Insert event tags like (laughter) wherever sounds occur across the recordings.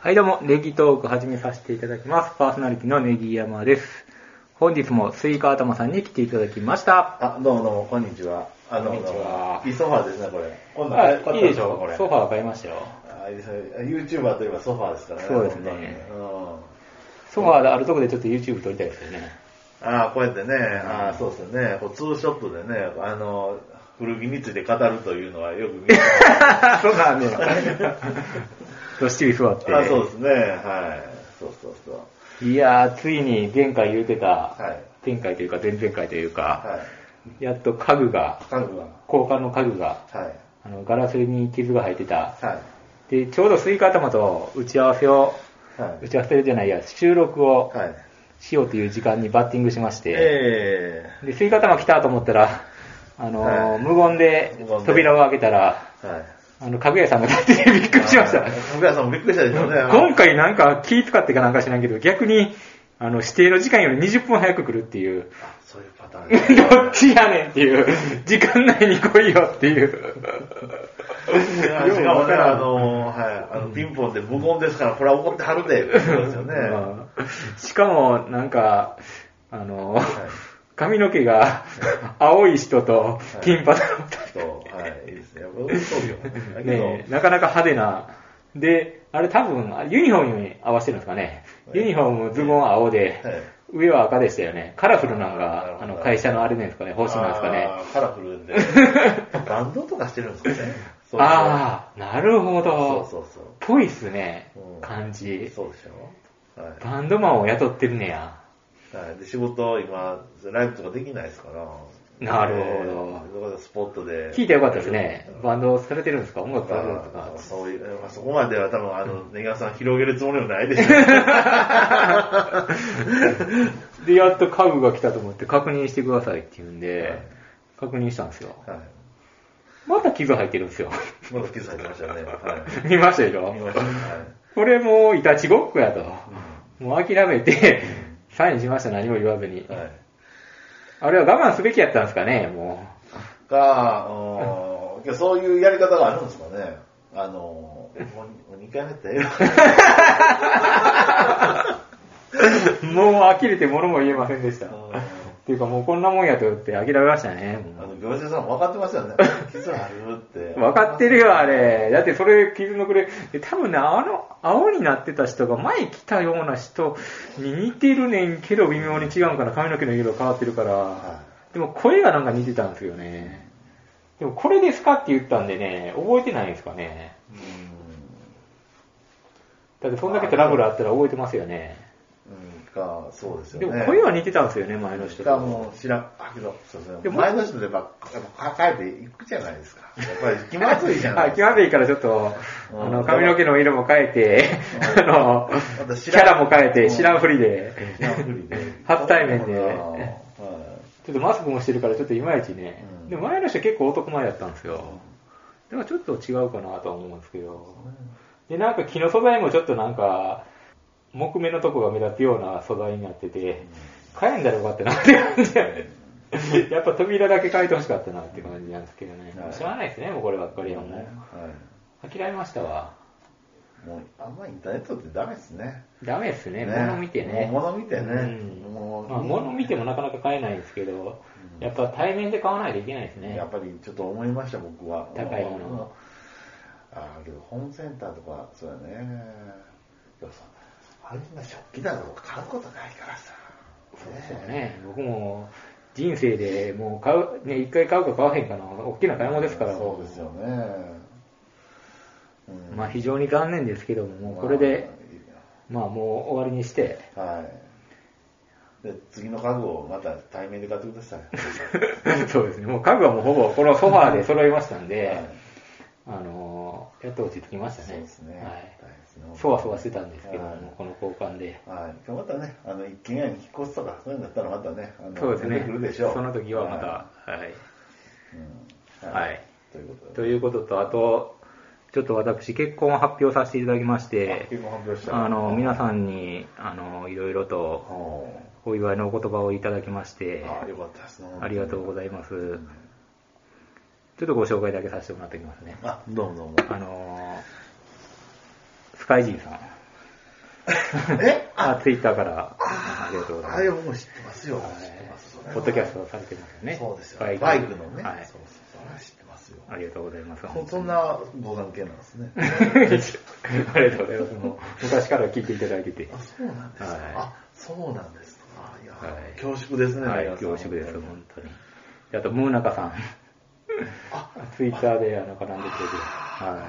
はいどうも、ネギトーク始めさせていただきます。パーソナリティのネギ山です。本日もスイカ頭さんに来ていただきました。あ、どうもどうも、こんにちは。あ、どうもどうこんにちはも。いいソファーですね、これ。今度あ買ったんいいでかしょこれ。ソファー買いましたよ。あいいですね。YouTuber といえばソファーですからね。そうですね本当にソファーであるとこでちょっと YouTube 撮りたいですよ (laughs) ね。うん。あこうやってね、あそうですよね。こうツーショップでね、あの、古着について語るというのはよく見る。そうなんね。どっしり座って。あそうですね。はい。そうそうそう。いやー、ついに前回言うてた、はい。前回というか前々回というか、はい。やっと家具が、家具は。交換の家具が、はい。あのガラスに傷が入ってた。はで、ちょうどスイカ頭と打ち合わせを、い。はい打。ち合わせじゃないや、収録をはい。しようという時間にバッティングしまして、えで、スイカ頭来たと思ったら、あのーはい無言で無言で扉を開けたら、えはい。あの、家具屋さんが立っててびっくりしましたはい。徳川さんもびっくりしたでしょうね。今回なんか気使ってかなんか知らんけど、逆に、あの、指定の時間より20分早く来るっていう、あそういうパターンどね。っちやねんっていう、時間内に来いよっていう。いやしかもね、あの、はい、あの、ピンポンで無言ですから、これは怒って (laughs) はるで、そうですよね。 (laughs) まあしかも、なんか、あの、い髪の毛 (laughs) が青い人とい金髪のそう、はい、いいですね。そうよ。だけど、ねえ、なかなか派手な。で、あれ多分、あユニフォームに合わせてるんですかね。はいユニフォーム、ズボン青で、はい上は赤でしたよね。カラフルなんあーなるが、ほあどの、会社のあれなんですかね、方針なんですかね。あーカラフ (laughs) ルで、バンドとかしてるんですかね。あ、ああ、なるほそうど。そうそう。ぽいっすねう、ん感じ。そうでしょ。はバンドマンを雇ってるねや。い。はい、で仕事、今、ライブとかできないですから。なるほどど。だからスポットで。聞いてよかったですね。バンドされてるんですか音楽されてるんですまかあそういう、まあ、そこまでは多分、あ (laughs) の、ネギワさん広げるつもりもないでしょうね。で、やっと家具が来たと思って確認してくださいって言うんはいで、確認したんですよ。はい。また傷入ってるんですよ。 (laughs) まだ消されてましたね。はい。見ましたでしょ見ましたね。はいこれもういたちごっこやと。もう諦めて、サインしました何も言わずに。はい。あれは我慢すべきやったんですかね、もが、うーんそういうやり方があるんですかね。あの、もうもう2回目ってええわう。 (laughs) もう呆れて物も言えませんでした。っあていうかもうこんなもんやとって諦めましたね。もうの、業者さんも分かってましたよね。実はあるって。分かってるよ、あれ。だってそれ、傷のくれ。で多分ね、あの、青になってた人が前来たような人に似てるねんけど、微妙に違うんかな。髪の毛の色変わってるから。はでも声がなんか似てたんですよね。でもこれですかって言ったんでね、覚えてないんですかね。い。うだってそんだけトラブルあったら覚えてますよね。ーん。うんか、そうですよでね。も声は似てたんですよね、前の人かと。もう知らん、あけど、そうですでね。も前の人でばっか、やっぱ抱えていくじゃないですか。やっぱり気まずいじゃあ、ないで気すか。まずいからちょっと、うんあの、髪の毛の色も変えて、あうんの、またキ知ャらんラも変えて、知らんふりで、知らんふりで。初対面ではいちょっとマスクもしてるからちょっといまいちねう。んでも前の人結構男前だったんですよ。だからちょっと違うかなとは思うんですけど。で、なんか木の素材もちょっとなんか、木目のとこが目立つような素材になってて、変えんだろうかってなって感じやね。やっぱ扉だけ変えてほしかったなって感じなんですけどね。はい知らないですね、もうこればっかりはもう。はい。諦めましたわ。もうあんまインターネットってダメですね。ダメですね、物見てね。もう物見てね。うんもうまあ、物見てもなかなか買えないんですけど、やっぱ対面で買わないといけないですねや。っぱりちょっと思いました、僕は。高いものうんああ、けど、ホームセンターとか、そうだね。でもさ、あんな食器だとか買うことないからさ。そうですよね。僕も人生でもう買う、ね、一回買うか買わへんかの大きな買い物ですから。そうですよね。うんまあ非常に残念ですけども、もうこれで、まあもう終わりにして、 (laughs) まあはい。で、次の家具をまた対面で買ってください。そうですね、もう家具はもうほぼこのソファーで揃いましたんで、はいあのーやっと落ち着きましたね。そうですね。は大い。変ですねそわそわしてたんですけども、はいこの交換で。はい、またね、あの一軒家に引っ越すとか、そういうんだったらまたね、あのそうです出ねてくるでしょう。。その時はまた、ははい。い。うんはいということとで。いうことと、あと、ちょっと私結婚を発表させていただきまして、結構発表した。あの、皆ん。さんに、あの、いろいろとお祝いのお言葉をいただきまして、あよかったです。ありがとうごいざいます。ちょっとご紹介だけさせてもらっておきますね。ます。あ、どうもどうも。あのー、スカイジンさん。 (laughs) えあ、ツイッターから。ありがとうござあれいはます。もう知ってますよ。知っはいてます。ポッドキャストされてますよね。そうですよね。バイクのね。はいそう。そうそう。あれは知ってますよ。ありがとうございます。そんな防弾系なんですね。 (laughs) ありがとうございます。もう昔から聞いていただいてて。あ、そうなんですか。はいあ、そうなんですか。あいや、はい恐縮ですね、はい、皆さん恐縮です、本当に。であと、ムーナカさん。あ、ツイッターで、あの、絡んでくれて。は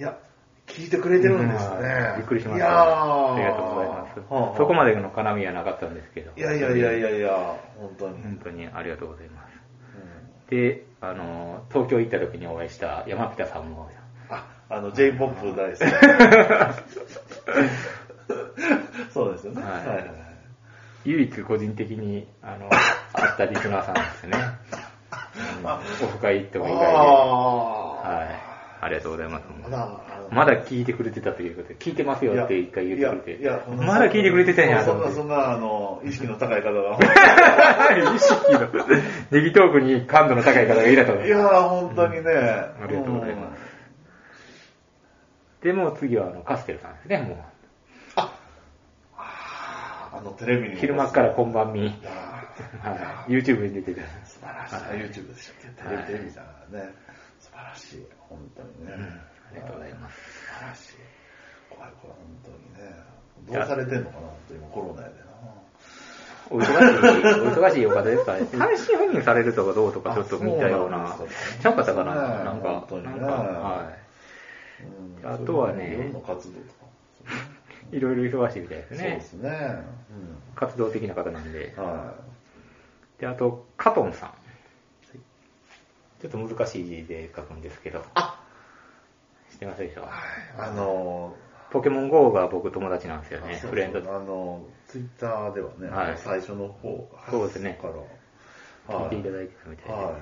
いや、聞いてくれい。てるんですね。びっくりしましいた。やーありがとうございます。はあはあそこまでの絡みはなかったんですけど。いやいやいやいやいや、本当に。うん本当にありがとうございます。で、あの、東京行った時にお会いした山北さんも、あ、あの、J-POP 大好き。 (laughs) そうですよね。はいはいはい唯一個人的に、あ (laughs) の、会ったリスナーさんですね。うんオフ会行っても以外で。あはい。ありがとうございます。あ。まだ、あのまだ聞いてくれてたということで、聞いてますよって一回言ってくれいて。やいやそんなまだ聞いてくれてたんやとそん思な、ってそ。んな、あの、意識の高い方が。意識の、 (laughs) ネギトークに感度の高い方がいらっしゃいる。やー、本当にね。ありがとうございます。でも次はあのカステルさんですね、もうん。あの、テレビにう。も昼間からこんばんみ。いやはい。YouTube に出てる。ー素晴らしい。あ YouTube でしたっけテレビ、テレビだからね。素晴らしい。本当にね。うんありがとうございます。素晴らしい。怖い、怖い、本当にね。どうされてんのかな、本当に今コロナやでな。お忙 (laughs) しい、お忙しいお方ですからね。単身赴任されるとかどうとかちょっと見たようあなそうなんです。ねちゃうかったかな、そうですねなんか本。当にねなんか、はい。うんあとはねそういうの活動とか。いろいろ忙しいみたいですそうねで。すね。活動的な方なんでうん。。はで、あと、カトンさん。ちょっと難しい字で書くんですけど。あ知ってますでしょい。あのー、ポケモン GO が僕友達なんですよね、あそうそうフレンドと。あの、ツイッターではね、はいあの最初の方、そうですねから。聞いはていたい。だいてたみたいで。はい。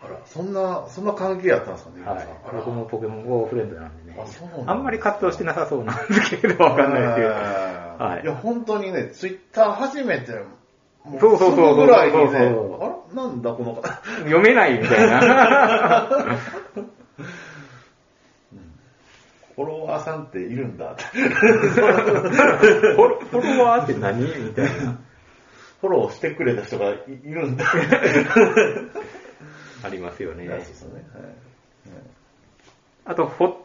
あら、そんな、そんな関係やったんですかね、はい皆さんあら僕もポケモン GO フレンドなんでねあそうなんです。かあんまり活動してなさそうなんですけど、わかんないですけど。は。はいいいや、本当にね、ツイッター初めて、もそうそうそうすぐぐらいにね、そうそうそあら、なんだこの (laughs) 方。読めないみたい (laughs) な。フォロワーさんっているんだって。フォロフォロワーって何みたいな。フォローしてくれた人がいいる (laughs) んだって。ありますよねそう。ですね。はいあと、ほ、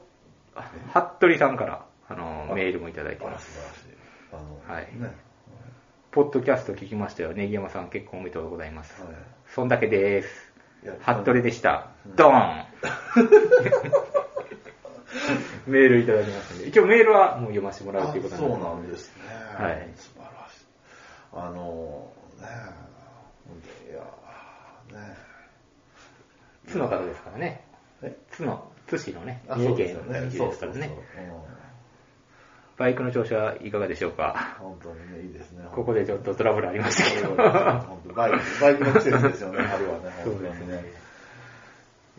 服部さんから、あの、あメールもいただいてあら、ます。素晴らしい。あの、はいね。はいポッドキャスト聞きましたよ。ネギ山さん結婚おめでとうございます。そんだけですいや。服部でしたうん。ドー (laughs) ンメールいただきましたんで、一応メールはもう読ませてもらうということあそうなのんですね。はい素晴らしい。あの、ねえ、いや、ね津の方ですからね。え。え津の、津市のね、あ三重です県よの人気そうでですすからね。うんバイクの調子はいかがでしょうか本当にね、いいですね。ここでちょっとトラブルありましたけ (laughs) ど。本当バイク、バイクの季節ですよね、春はね、そう本当ですにねね。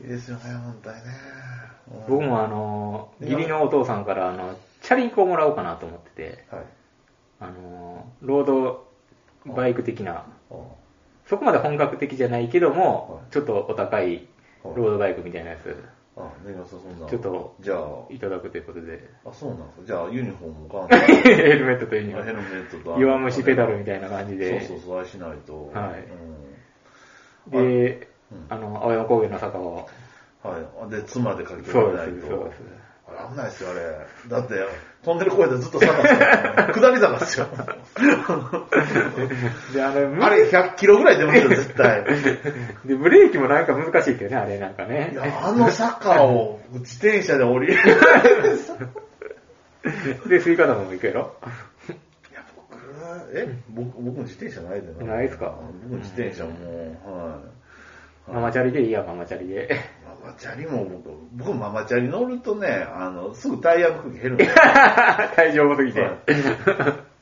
いいですよね、本当にね。うん僕。もあの、義理のお父さんからあの、チャリンコをもらおうかなと思ってて、はい。あの、ロードバイク的な、うそこまで本格的じゃないけどもはい、ちょっとお高いロんードバイクみたいなやつあ、ねえ、そんな。ちょっとじゃいただくということで、あ、あ、そうなんですか。じゃあ、ユニフォームも買わない。ヘルメットというヘには、ルメットと。弱虫ペダルみみたいな感じそうでそ、うそう、あれしないと。はいうんでうん、あの、青山高原の坂を、はい。で、妻でかけらそうれでないす、そうとで。す。あれ危ないですよ、あれ。だって、トンネル越えてずっと坂ですから (laughs) 下り坂 (laughs) ですよ。で、あの、あれ、100キロぐらい出ますよ、絶対。で、ブレーキもなんか難しいってよね、あれなんかねい。や、あの坂を自転車で降りる。 (laughs) いで、吸い方もいくやろ。や、僕、え僕、僕も自転車ないでな。ないですか僕も自転車も、はい。ママチャリでいいや、ママチャリ (laughs) で。ママチャリも僕、僕ママチャリ乗るとね、あの、すぐタイヤの空気減るん (laughs) ですよ。体重重すぎて。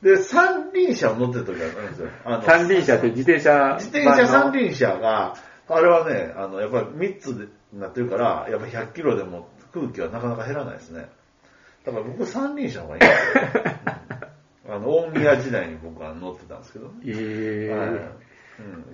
で、三輪車を乗ってる時があるんですよ。あの三輪車って自転車。自転車輪三輪車が、あれはね、あの、やっぱり3つになってるから、やっぱ100キロでも空気はなかなか減らないですね。だから僕三輪車の方がいいんですよ。うんあの、大宮時代に僕は乗ってたんですけどね。えーはい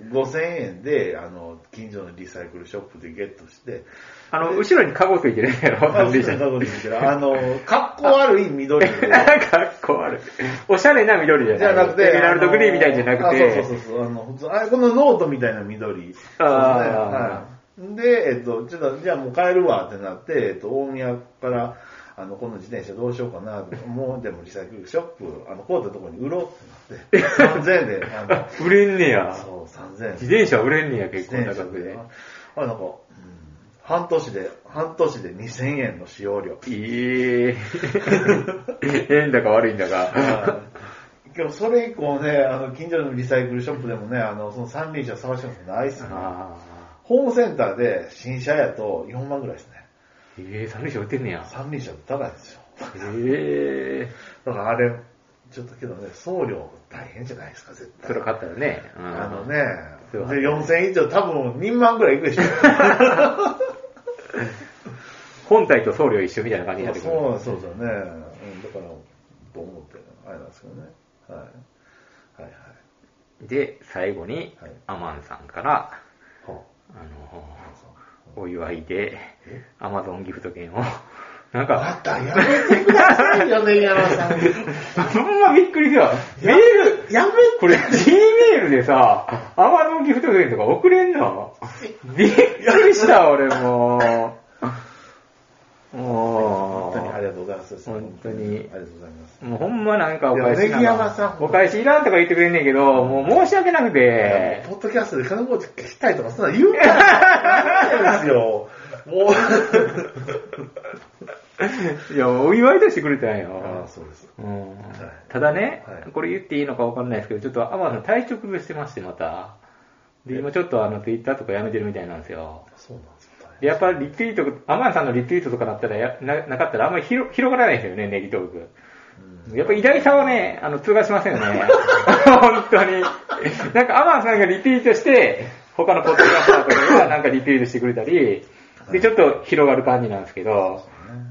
うん、5000円で、あの、近所のリサイクルショップでゲットして、あの、後ろにカゴついてるやろ、あ (laughs) 三の、輪車。あの、カッこ悪い緑の。 (laughs) かっこ悪い。おしゃれな緑じゃない。じゃなくて。エメラルドグリーンみたいじゃなくて。あのあそうそうそうそう。あの、普通、あこのノートみたいな緑。あそうですねはい。で、えっと、ちょっと、じゃあもう帰るわってなって、えっと、大宮から、あの、この自転車どうしようかな。 (laughs) もう、でもリサイクルショップ、あの、こうたところに売ろう (laughs) ってなって、3000円で、あの、売れんね (laughs) や。そう、3000円。自転車売れんねや、結構自高転車くでで。。あ、なんか、うん半年で、半年で2000円の使用料。ええ (laughs) 変だか悪いんだか。今日それ以降ね、あの、近所のリサイクルショップでもね、あの、その三輪車探してもないっすね。あホームセンターで新車やと4万ぐらいですね。ーええ三輪車売ってんねや。三輪車って高いんですよ。ええだからあれ、ちょっとけどね、送料大変じゃないですか、絶そ対れ。買ったらね。うんあのね、そでう4000以上多分2万 (laughs) ぐらいいくでしょ。本体と送料一緒みたいな感じになってくる。そうそうそうね。うん、だから、と思って、あれなんですけどね。はい。はいで、最後にはい、アマンさんから、はい。はああの、そうお祝いで、アマゾンギフト券を、 (laughs) なんあか、った、やめてくださいよ、ね、山さん。ほんまびっくりした。メール、やめこれ、Gmail でさ、アマゾンギフト券とか送れんのびっくりした、俺もう。も本当にありう、がとうございます。本当にありがとうございます。もうほんまなんかお返いしやなネギ山さんお返しいらんとか言ってくれんねんけど、もう申し訳なくて、ポッドキャストで金持ち聞きたいとか、そんなの言うから。ですよ。 (laughs) もいや、お祝いとしてくれたんう。ああ、よ。そうです。うんはいただね、はいこれ言っていいのかわかんないですけど、ちょっとアマゾン体調崩してまして、また。で、今ちょっとあの、ツイッターとかやめてるみたいなんですよ。そうなんですよ。でやっぱリツイート、アマンさんのリツイートとかだったらやな、なかったらあんまり広広がらないですよね、ネギトーク。やっぱ偉大さはね、あの、通過しませんよね。 (laughs) 本当に。なんかアマンさんがリツイートして、他のポッドキャスターとかがなんかリツイートしてくれたり、で、ちょっと広がる感じなんですけど、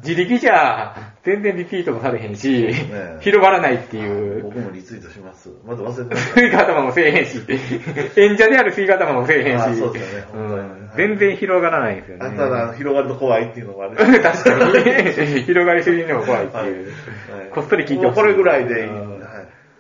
自力じゃ全然リツイートもされへんし、ね広がらないっていう。僕もリツイートします。まだ忘れてまし吸い頭もせえへんし、演者である吸い頭もせえへんあし、そうですよねうん全然広がらないんですよね。た。あんたら広がると怖いっていうのがある。 (laughs) 確かに。広がりすぎるのが怖いっていう。はいこっそり聞いてほしいもうこれぐらいでいい。うんはい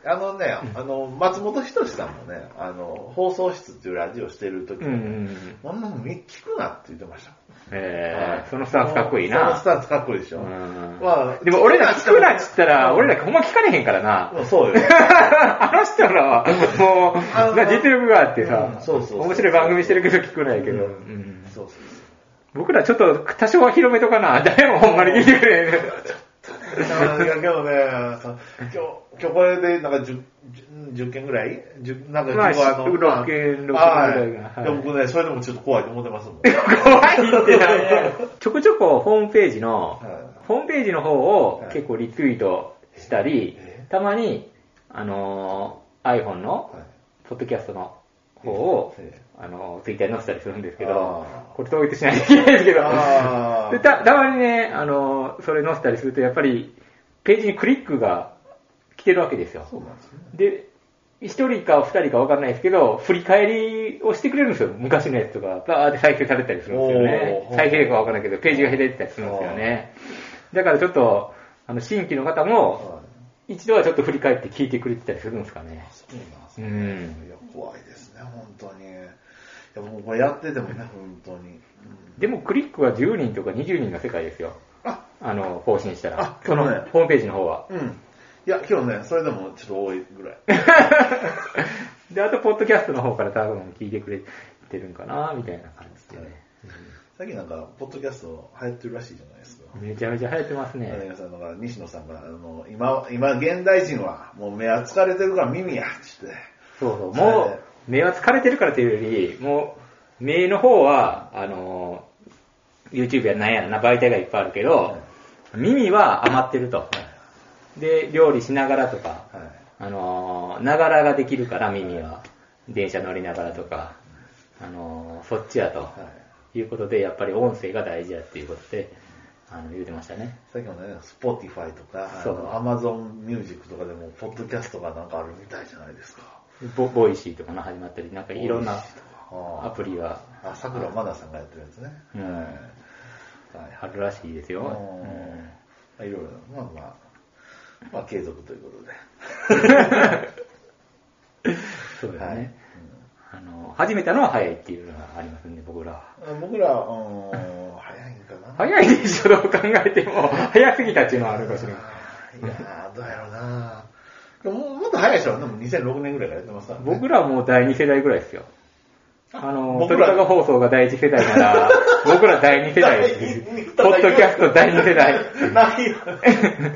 あのね、あの、松本人志さんもね、あの、放送室っていうラジオしてる時うんうに、んうん。こんなの聞くなって言ってました。えー、そのスタンスかっこいいな。そのスタンスかっこいいでしょ。うんまあでも俺ら聞くなっ聞つったら、うん俺らほんま聞かれへんからな。まあそうよ。あの人らは、もあのう、な実力があってうんさそうそうそう、面白い番組してるけど聞くないけど。ううんそうそう僕らちょっと多少は広めとかな。誰もほんまに聞いてくれへん。そう。なんかけどね、さ今日、今日これでなんか 10, 10件ぐらい10なんかまあ結構の6まあ件6件ぐはらいがはいでも僕ね、それでもちょっと怖いと思ってますもん。 (laughs) 怖いってなんや。ちょこちょこホームページのは、ホームページの方をはい結構リツイートしたりえ、たまに、あのー、iPhone の、はいポッドキャストの方をええ、あのー、ツイッターに載せたりするんですけどあ、これ統一しないといけないですけど、あーでたたまにね、あのー、それ載せたりすると、やっぱり、ページにクリックが来てるわけですよ。そうなんですね。で、一人か二人か分かんないですけど、振り返りをしてくれるんですよ。昔のやつとか、バーって再生されたりするんですよねお。ー再生か分かんないけど、ページが減ってたりするんですよね。だからちょっと、あの、新規の方もは、一度はちょっと振り返って聞いてくれてたりするんですかね。そうなんですうね。ん。いや、怖いですね、本当に。いや、もうこれやっててもね、本当に。うんでも、クリックは10人とか20人の世界ですよ。あ、あの、更新したらあ。そのそうね、ホームページの方は。うん。いや、今日ね、それでもちょっと多いぐらい。で、あと、ポッドキャストの方から多分聞いてくれてるんかな、みたいな感じでね。最近なんか、ポッドキャスト流行ってるらしいじゃないですか。めちゃめちゃ流行ってますね。皆さんのが西野さんが、あの、今、今、現代人は、もう目は疲れてるから耳や、つって。そうそう、それもでう、目は疲れてるからというより、もう、目の方は、あのー、YouTube やなんやらな、媒体がいっぱいあるけど、耳は余ってると。で、料理しながらとか、はい。あのー、ながらができるから、耳は。電車乗りながらとか、あのー、そっちやと。、はいうことで、やっぱり音声が大事やっていうことで、あの、言うてましたね。最近もね、スポティファイとか、そうアマゾンミュージックとかでも、ポッドキャストがなんかあるみたいじゃないですか。ボボイシーとかの始まったり、なんかいろんなアあプリがあ、さくらまなさんがやってるやつね。うんはい。はいあるらしいですよ。うんまあいろいろな、まあまあ、まあ継続ということで。そうですね。はいあの、始めたのは早いっていうのがありますんで、僕らは。うん僕ら、うーん、早いんかな。早いでしょ、どう考えても。 (laughs) 早すぎたっていうのはあるかもしれない。いやー、どうやろうなでも、もっと早いでしょ。でも2006年ぐらいからやってますからね。僕らはもう第2世代ぐらいですよ。あの、僕トリらカゴ放送が第1世代な (laughs) ら、僕ら第2世代です。ポッドキャスト第2世代。ないよ。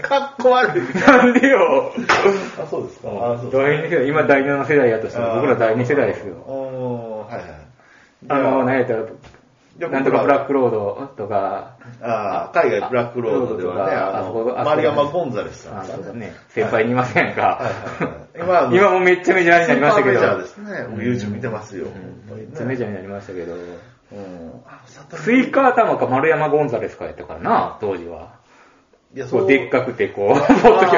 かっこ (laughs) 悪い。なんでよ。あ、そうですか。あ、そう第二世代、今第7世代やとしたら、僕ら第2世代ですよ。おー、はいはい。あの、何ね、やったら、じゃあなんとかブラックロードとか、あー海外ブラックロードではね、あああそこの、あそこマリアマ・ゴンザレスさあんですそうだね。ね、先輩にいませんか。 (laughs) はいはいはい。今もめっちゃメジャーになりましたけど。スーパーメジャーですね。僕 YouTube 見てますよ。うんめっちゃメジャーになりましたけど。ャー。うん。あサタンスイカ頭か丸山ゴンザレスかやったからな、当時は。いやこうでっかくてこう、ポッドキャスターって言っ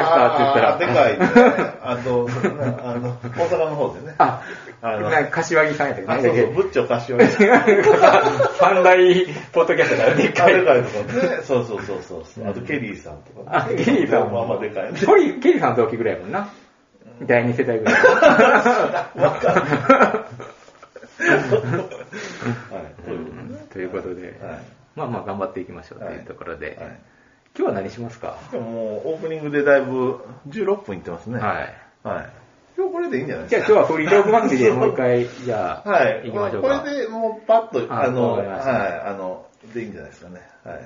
たら。あーでかいですね。あと、そうねあの、大阪の方でね。 (laughs) あ、あのなんか柏木さんやったあっけそうそう、ブッチョ柏木さん。三大ポッドキャスターがでっあかい。でかいとかね。そうそうそうそうそう。あと、ケリーさんとかあ、ね、ケリーさんまあも。まあでかいね。これケリーさん同期ぐらいやもんな。第2世代ぐ (laughs) らい。わかる。はい、そういうことね。ということで、はい。まあまあ頑張っていきましょうというところで、はい今日は何しますか、でももうオープニングでだいぶ16分いってますね。。はいい。はい。今日これでいいんじゃないじゃであす今か。日はフリートーク祭りでもう一回、じゃあ、はい。行きましょうこか。れでもうパッと、ああの、わかはりいました、あの、でいいんじゃないですかね。はい。